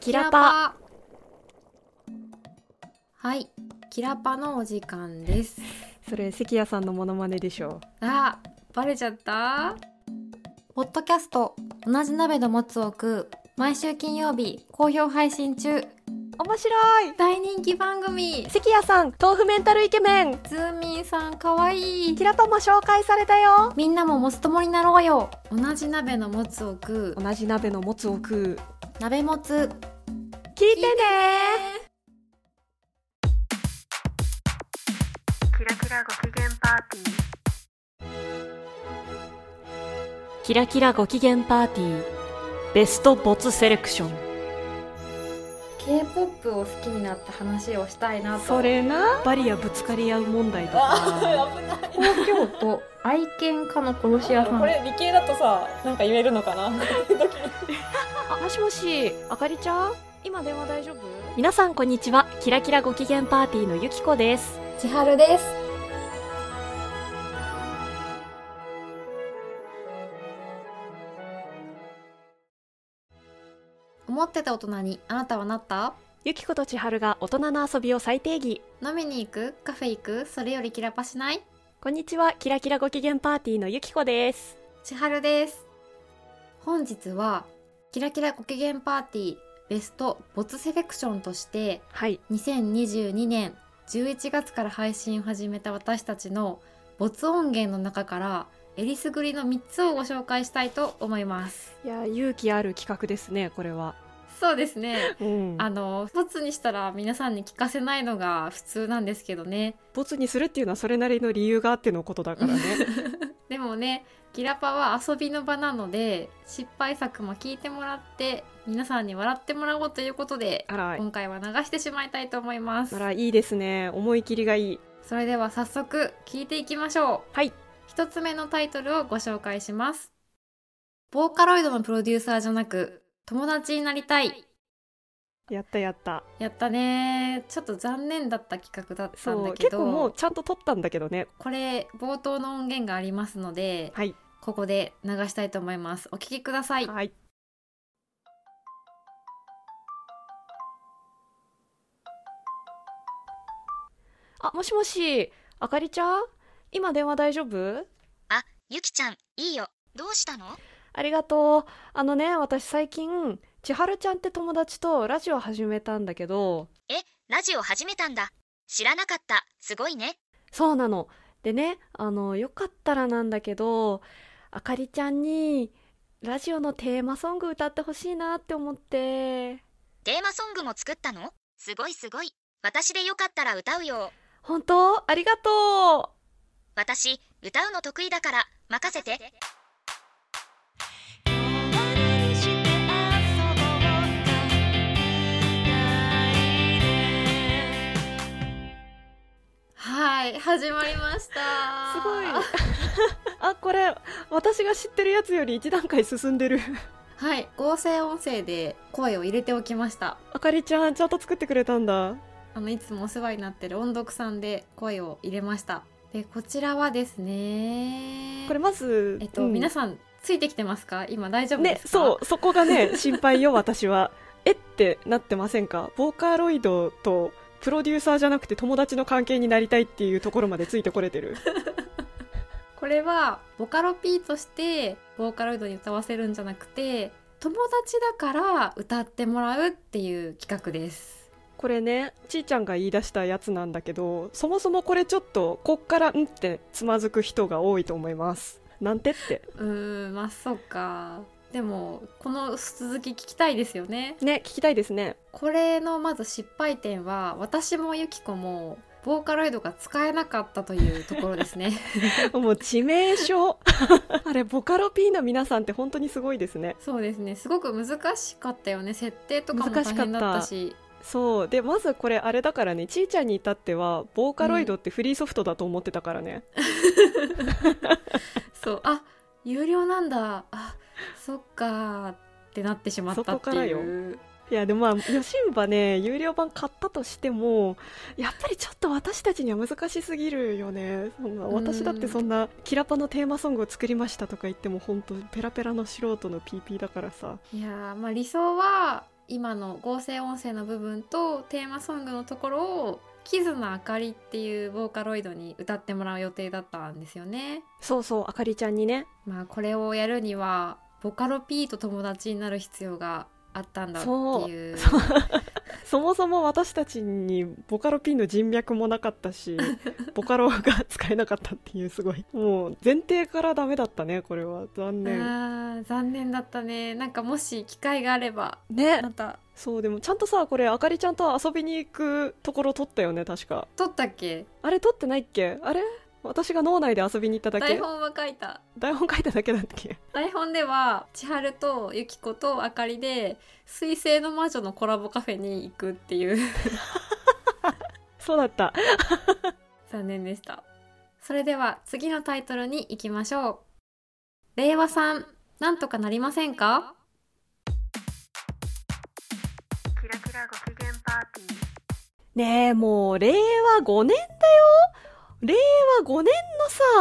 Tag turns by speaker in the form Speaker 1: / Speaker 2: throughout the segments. Speaker 1: キラパはいキラパのお時間です
Speaker 2: それ関谷さんのモノマネでしょ
Speaker 1: あバレちゃったポッドキャスト同じ鍋のもつを食う毎週金曜日好評配信中
Speaker 2: う面白い
Speaker 1: 大人気番組
Speaker 2: 関谷さん豆腐メンタルイケメン
Speaker 1: ズーミンさんかわいい
Speaker 2: キラパも紹介されたよ
Speaker 1: みんなももつ友になろうよ同じ鍋のもつを食う
Speaker 2: 同じ鍋のもつを食う
Speaker 1: 鍋もつ
Speaker 2: 聞い
Speaker 1: てね
Speaker 2: キラキラご機嫌パーティーキラキラご機嫌パーティーベストボツセレクション
Speaker 1: K-POP を好きになった話をしたいなと
Speaker 2: それなバリアぶつかり合う問題とか
Speaker 3: 危ない
Speaker 1: 東京都愛犬家の殺し屋さん
Speaker 3: これ理系だとさなんか言えるのかな
Speaker 2: あもしもしあかりちゃん今電話大丈夫皆さんこんにちはキラキラご機嫌パーティーのゆきこです
Speaker 1: 千春です思ってた大人にあなたはなった
Speaker 2: ゆきこと千春が大人の遊びを再定義
Speaker 1: 飲みに行くカフェ行くそれよりキラパしない
Speaker 2: こんにちはキラキラご機嫌パーティーのゆきこです
Speaker 1: 千春です本日はキラキラご機嫌パーティーベストボツセレクションとして
Speaker 2: はい
Speaker 1: 2022年11月から配信を始めた私たちの没音源の中からえりすぐりの3つをご紹介したいと思います
Speaker 2: いや勇気ある企画ですねこれは
Speaker 1: そうですね
Speaker 2: うん
Speaker 1: あのつにしたら皆さんに聞かせないのが普通なんですけどね
Speaker 2: ボツにするっていうのはそれなりの理由があってのことだ からね
Speaker 1: でもねキラパは遊びの場なので失敗作も聞いてもらって皆さんに笑ってもらおうということで
Speaker 2: あら
Speaker 1: 今回は流してしまいたいと思います
Speaker 2: あらいいですね思い切りがいい
Speaker 1: それでは早速聞いていきましょう
Speaker 2: はい
Speaker 1: 一つ目のタイトルをご紹介しますボーカロイドのプロデューサーじゃなく友達になりたい
Speaker 2: やったやった
Speaker 1: やったねちょっと残念だった企画だったん
Speaker 2: そ
Speaker 1: だ
Speaker 2: う
Speaker 1: け
Speaker 2: 結
Speaker 1: ど
Speaker 2: 構もうちゃんと撮ったんだけどね
Speaker 1: これ冒頭の音源がありますので
Speaker 2: はい
Speaker 1: ここで流したいと思いますお聞きください
Speaker 2: はいあもしもしあかりちゃん今電話大丈夫
Speaker 4: ゆきちゃん、いいよ。どうしたの
Speaker 2: ありがとう。あのね、私最近、千春ちゃんって友達とラジオ始めたんだけど、
Speaker 4: え、ラジオ始めたんだ。知らなかった。すごいね。
Speaker 2: そうなの。でね、あの、よかったらなんだけど、あかりちゃんに、ラジオのテーマソング歌ってほしいなって思って、
Speaker 4: テーマソングも作ったのすごいすごい。私でよかったら歌うよ。
Speaker 2: 本当ありがとう
Speaker 4: 私、歌うの得意だから、任せて。
Speaker 1: はい始まりました
Speaker 2: すごい あ、これ、私が知ってるやつより一段階進ん でる。
Speaker 1: はい合成音声で声を入れておきました
Speaker 2: あかりちゃん、ちゃんと作ってくれたんだ。
Speaker 1: あのいつもお世話になってる音読さんで声を入れました。でこちらはですね。
Speaker 2: これまず、
Speaker 1: えっと、
Speaker 2: うん
Speaker 1: 皆さんついてきてますか？今大丈夫で
Speaker 2: ね、
Speaker 1: すか？
Speaker 2: そう、そこがね、心配よ、私は。 えってなってませんかボーカロイドとプロデューサーじゃなくて友達の関係になりたいっていうところまでついてこ れてる。
Speaker 1: これはボカロ P としてボーカロイドに歌わせるんじゃなくて友達だから歌ってもらうっていう企画です。
Speaker 2: これね、ちーちゃんが言い出したやつなんだけど、そもそもこれちょっと、こっからんってつまずく人が多いと思います。なんてって。
Speaker 1: うーんまあそうか。でもこの続き聞きたいですよね。
Speaker 2: ね、聞きたいですね。
Speaker 1: これのまず失敗点は私もゆきこもボーカロイドが使えなかったというところです ね。
Speaker 2: もう致命傷。 あれ、ボカロ P の皆さんって本当にすごいですね。
Speaker 1: そうですねすごく難しかったよね設定とかも大変だったし
Speaker 2: そうでまずこれあれだからねちーちゃんに至ってはボーカロイドってフリーソフトだと思ってたからね、
Speaker 1: そうあ有料なんだあそっかーってなってしまったっていう
Speaker 2: そこからよいやでもまあヨシンバね有料版買ったとしてもやっぱりちょっと私たちには難しすぎるよねそんな
Speaker 1: うん
Speaker 2: 私だってそんな「キラパのテーマソングを作りました」とか言っても本当ペラペラの素人の PP だからさ
Speaker 1: いやーまあ理想は今の合成音声の部分とテーマソングのところを「キズのあかり」っていうボーカロイドに歌ってもらう予定だったんですよね。
Speaker 2: そうそうあかりちゃんにね
Speaker 1: まあこれをやるにはボカロ P と友達になる必要があったんだっていう
Speaker 2: そうそもそも私たちにボカロ P の人脈もなかったし ボカロが使えなかったっていうすごいもう前提からダメだったねこれは残念
Speaker 1: あー残念だったねなんかもし機会があれば
Speaker 2: ね
Speaker 1: また
Speaker 2: そうでもちゃんとさこれあかりちゃんと遊びに行くところ撮ったよね確か
Speaker 1: 撮ったっけ
Speaker 2: あれ撮ってないっけあれ私が脳内で遊びに行っただけ
Speaker 1: 台本は書いた
Speaker 2: 台本書いただけだっけ
Speaker 1: 台本では千春とゆき子とあかりで「水星の魔女」のコラボカフェに行くっていう
Speaker 2: そうだった
Speaker 1: 残念でしたそれでは次のタイトルに行きましょう令和さんなんとかなりませんか
Speaker 5: キラキラご機嫌パーティー。
Speaker 2: ねえもう令和5年だよ令和5年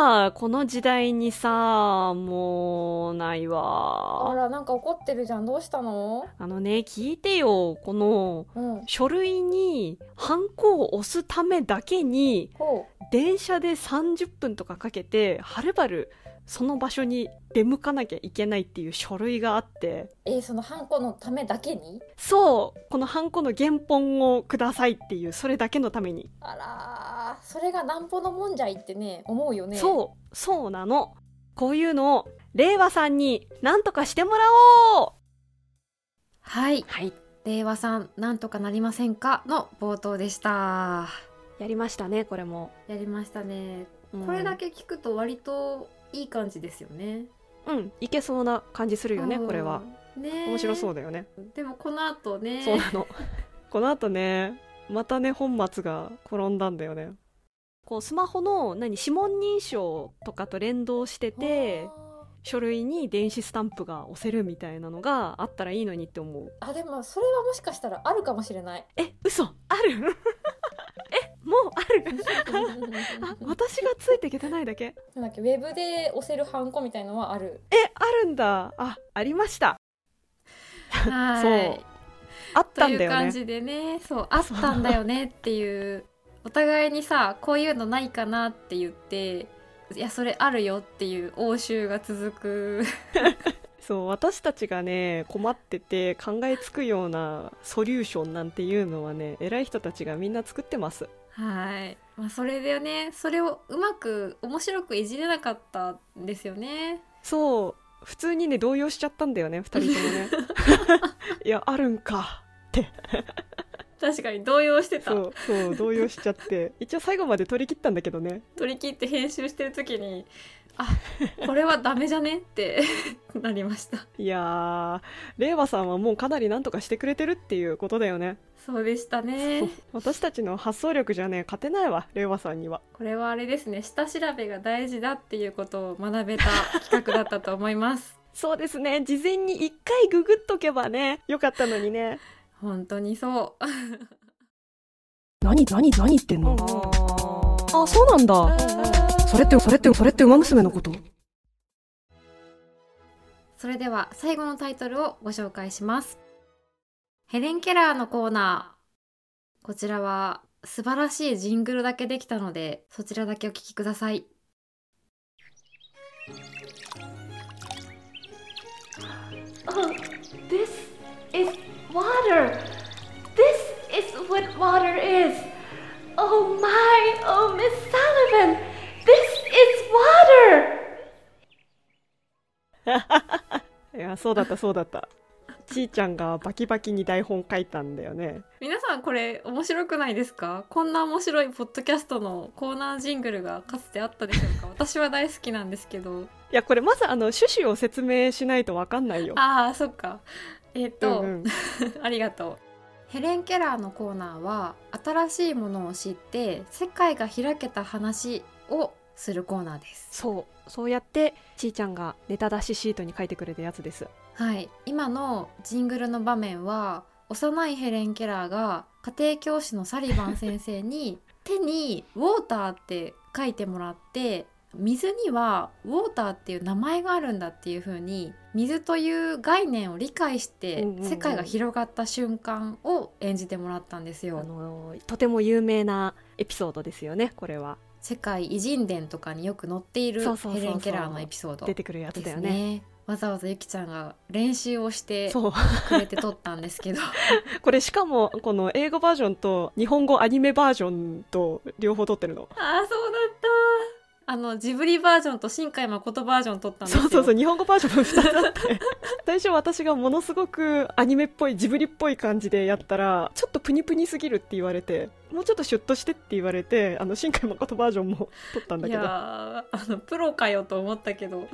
Speaker 2: のさこの時代にさもうないわ
Speaker 3: あら、なんか怒ってるじゃん。どうしたの
Speaker 2: あのね、聞いてよ。この、
Speaker 3: うん。
Speaker 2: 書類に、ハンコを押すためだけに、
Speaker 3: ほ
Speaker 2: 電車で30分とかかけて、はるばる、その場所に出向かなきゃいけないっていう書類があって、
Speaker 3: う。えー、そのハンコのためだけに
Speaker 2: そうこのハンコの原本をくださいっていう、それだけのために。
Speaker 3: あらー、それがなんぼのもんじゃいってね、思うよね。う。
Speaker 2: そうそうなのこういうのを、令和さんに何とかしてもらおう
Speaker 1: はい
Speaker 2: はい、
Speaker 1: 令和さんなんとかなりませんかの冒頭でした
Speaker 2: やりましたね、これも。
Speaker 1: やりましたね
Speaker 2: うん
Speaker 1: これだけ聞くと割といい感じですよね。
Speaker 2: うん、いけそうな感じするよね、これは。
Speaker 1: うん。ねえ
Speaker 2: 面白そうだよね。
Speaker 1: でもこの後ね
Speaker 2: そうなの。 この後ね、またね、本末が転んだんだよね。こうスマホの何指紋認証とかと連動してて書類に電子スタンプが押せるみたいなのがあったらいいのにって思う
Speaker 3: あ、でもそれはもしかしたらあるかもしれ ない。
Speaker 2: え嘘ある えもうあるあ私がついていけてないだけ
Speaker 3: なんだっけ、ウェブで押せるハンコみたいのはある。
Speaker 2: えあるんだあありました
Speaker 1: はい
Speaker 2: そうあっ
Speaker 1: と
Speaker 2: たんだ
Speaker 1: いう
Speaker 2: よ
Speaker 1: 感
Speaker 2: ね
Speaker 1: じでねそうあったんだよねっていうお互いにさこういうのないかなって言っていやそれあるよっていう応酬が続く
Speaker 2: そう私たちがね困ってて考えつくようなソリューションなんていうのはね偉い人たちがみんな作ってます
Speaker 1: はい、まあ、それでねそれをうまく面白くいじれなかったんですよね
Speaker 2: そう普通にね動揺しちゃったんだよね2人とも ねいやあるんか
Speaker 1: 確かに動揺してた
Speaker 2: そうそう動揺しちゃって一応最後まで取り切ったんだけどね
Speaker 1: 取り切って編集してる時にあこれはダメじゃねって なりました
Speaker 2: いやー令和さんはもうかなりなんとかしてくれてるっていうことだよね
Speaker 1: そうでしたね
Speaker 2: 私たちの発想力じゃね勝てないわ令和さんには
Speaker 1: これはあれですね下調べが大事だっていうことを学べた企画だったと思います
Speaker 2: そうですね事前に1回ググっとけばねよかったのにね
Speaker 1: 本当にそう
Speaker 6: 何何何言ってんの、あ、そうなんだ。それって、それって、それって馬娘のこと
Speaker 1: それでは最後のタイトルをご紹介しますヘレン・ケラーのコーナーこちらは素晴らしいジングルだけできたのでそちらだけお聞きください
Speaker 2: いやそうだったそうだったちーちゃんがバキバキに台本書いたんだよね
Speaker 1: 皆さんこれ面白くないですかこんな面白いポッドキャストのコーナージングルがかつてあったでしょうか私は大好きなんですけ ど
Speaker 2: いやこれまずあの趣旨を説明しないとわかんないよ
Speaker 1: ああそっかえっ、と、
Speaker 2: うんうん
Speaker 1: ありがとう。ヘレン・ケラーのコーナーは新しいものを知って世界が開けた話をするコーナーです。
Speaker 2: そうそうやってちーちゃんがネタ出しシートに書いてくれたやつです
Speaker 1: はい、今のジングルの場面は幼いヘレン・ケラーが家庭教師のサリバン先生に手に「ウォーター」って書いてもらって水にはウォーターっていう名前があるんだっていう風に水という概念を理解して
Speaker 2: うんうんうん
Speaker 1: 世界が広がった瞬間を演じてもらったんですよ。
Speaker 2: あのとても有名なエピソードですよねこれは
Speaker 1: 世界偉人伝とかによく載っている
Speaker 2: そうそうそうそう
Speaker 1: ヘレン・ケラーのエピソード
Speaker 2: 出
Speaker 1: で
Speaker 2: てくるやつ
Speaker 1: す
Speaker 2: だよね
Speaker 1: ね。わざわざゆきちゃんが練習をして
Speaker 2: そう
Speaker 1: くれて撮ったんです けど
Speaker 2: これしかもこの英語バージョンと日本語アニメバージョンと両方撮ってるの
Speaker 1: ああそうだったあのジブリバージョンと新海誠バージョン撮ったんですよ
Speaker 2: そうそうそう日本語バージョンも2つあって 最初私がものすごくアニメっぽいジブリっぽい感じでやったらちょっとプニプニすぎるって言われてもうちょっとシュッとしてって言われてあの新海誠バージョンも撮ったんだ
Speaker 1: い
Speaker 2: け
Speaker 1: やー
Speaker 2: ど
Speaker 1: あのプロかよと思ったけど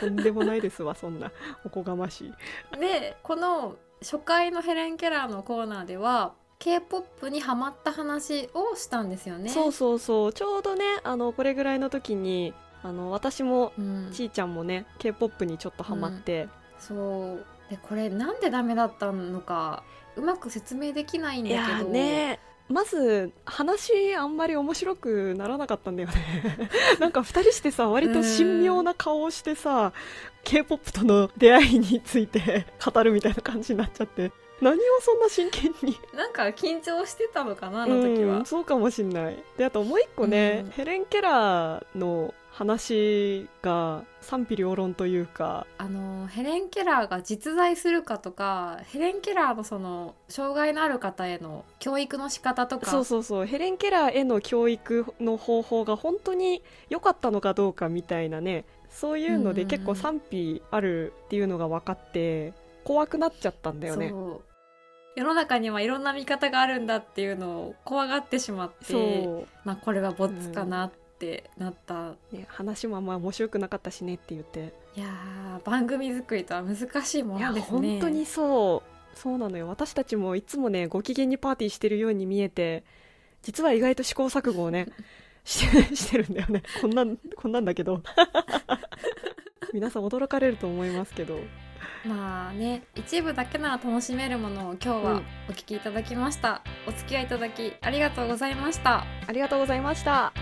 Speaker 2: とんでもないですわそんなおこがましい
Speaker 1: でこの初回のヘレン・ケラーのコーナーでは k p o p にハマった話をしたんですよね。
Speaker 2: そうそうそうちょうどねあのこれぐらいの時にあの私も
Speaker 1: うん
Speaker 2: ちーちゃんもね k p o p にちょっとハマって、
Speaker 1: そうでこれなんでダメだったのかうまく説明できないんだ
Speaker 2: いや
Speaker 1: け
Speaker 2: ー
Speaker 1: ど、
Speaker 2: ねまず話あんまり面白くならなかったんだよ ねなんか2人してさ割と神妙な顔をしてさ k p o p との出会いについて 語るみたいな感じになっちゃって何をそんな真剣に
Speaker 1: なんか緊張してたのかなあの時
Speaker 2: う
Speaker 1: は
Speaker 2: ん、。そうかもしんないであともう一個ね、
Speaker 1: うん
Speaker 2: ヘレン・ケラーの話が賛否両論というか
Speaker 1: あのヘレン・ケラーが実在するかとかヘレン・ケラーのその障害のある方への教育の仕方とか
Speaker 2: そうそうそうヘレン・ケラーへの教育の方法が本当に良かったのかどうかみたいなねそういうの
Speaker 1: うんうんう
Speaker 2: で
Speaker 1: ん
Speaker 2: 結構賛否あるっていうのが分かって怖くなっちゃったんだよね
Speaker 1: そう世の中にはいろんな見方があるんだっていうのを怖がってしまって
Speaker 2: そう
Speaker 1: まあこれはボツかなってなった、
Speaker 2: ね、話もあんま面白くなかったしねって言って
Speaker 1: いやー番組作りとは難しいも
Speaker 2: いや
Speaker 1: のですね
Speaker 2: 本当にそうそうなのよ私たちもいつもねご機嫌にパーティーしてるように見えて実は意外と試行錯誤 をねしてしてるんだよねこんなんこんなんだけど 皆さん驚かれると思いますけど
Speaker 1: まあね一部だけなら楽しめるものを今日
Speaker 2: う
Speaker 1: は
Speaker 2: ん
Speaker 1: お聞きいただきました、お付き合いいただきありがとうございました
Speaker 2: ありがとうございました。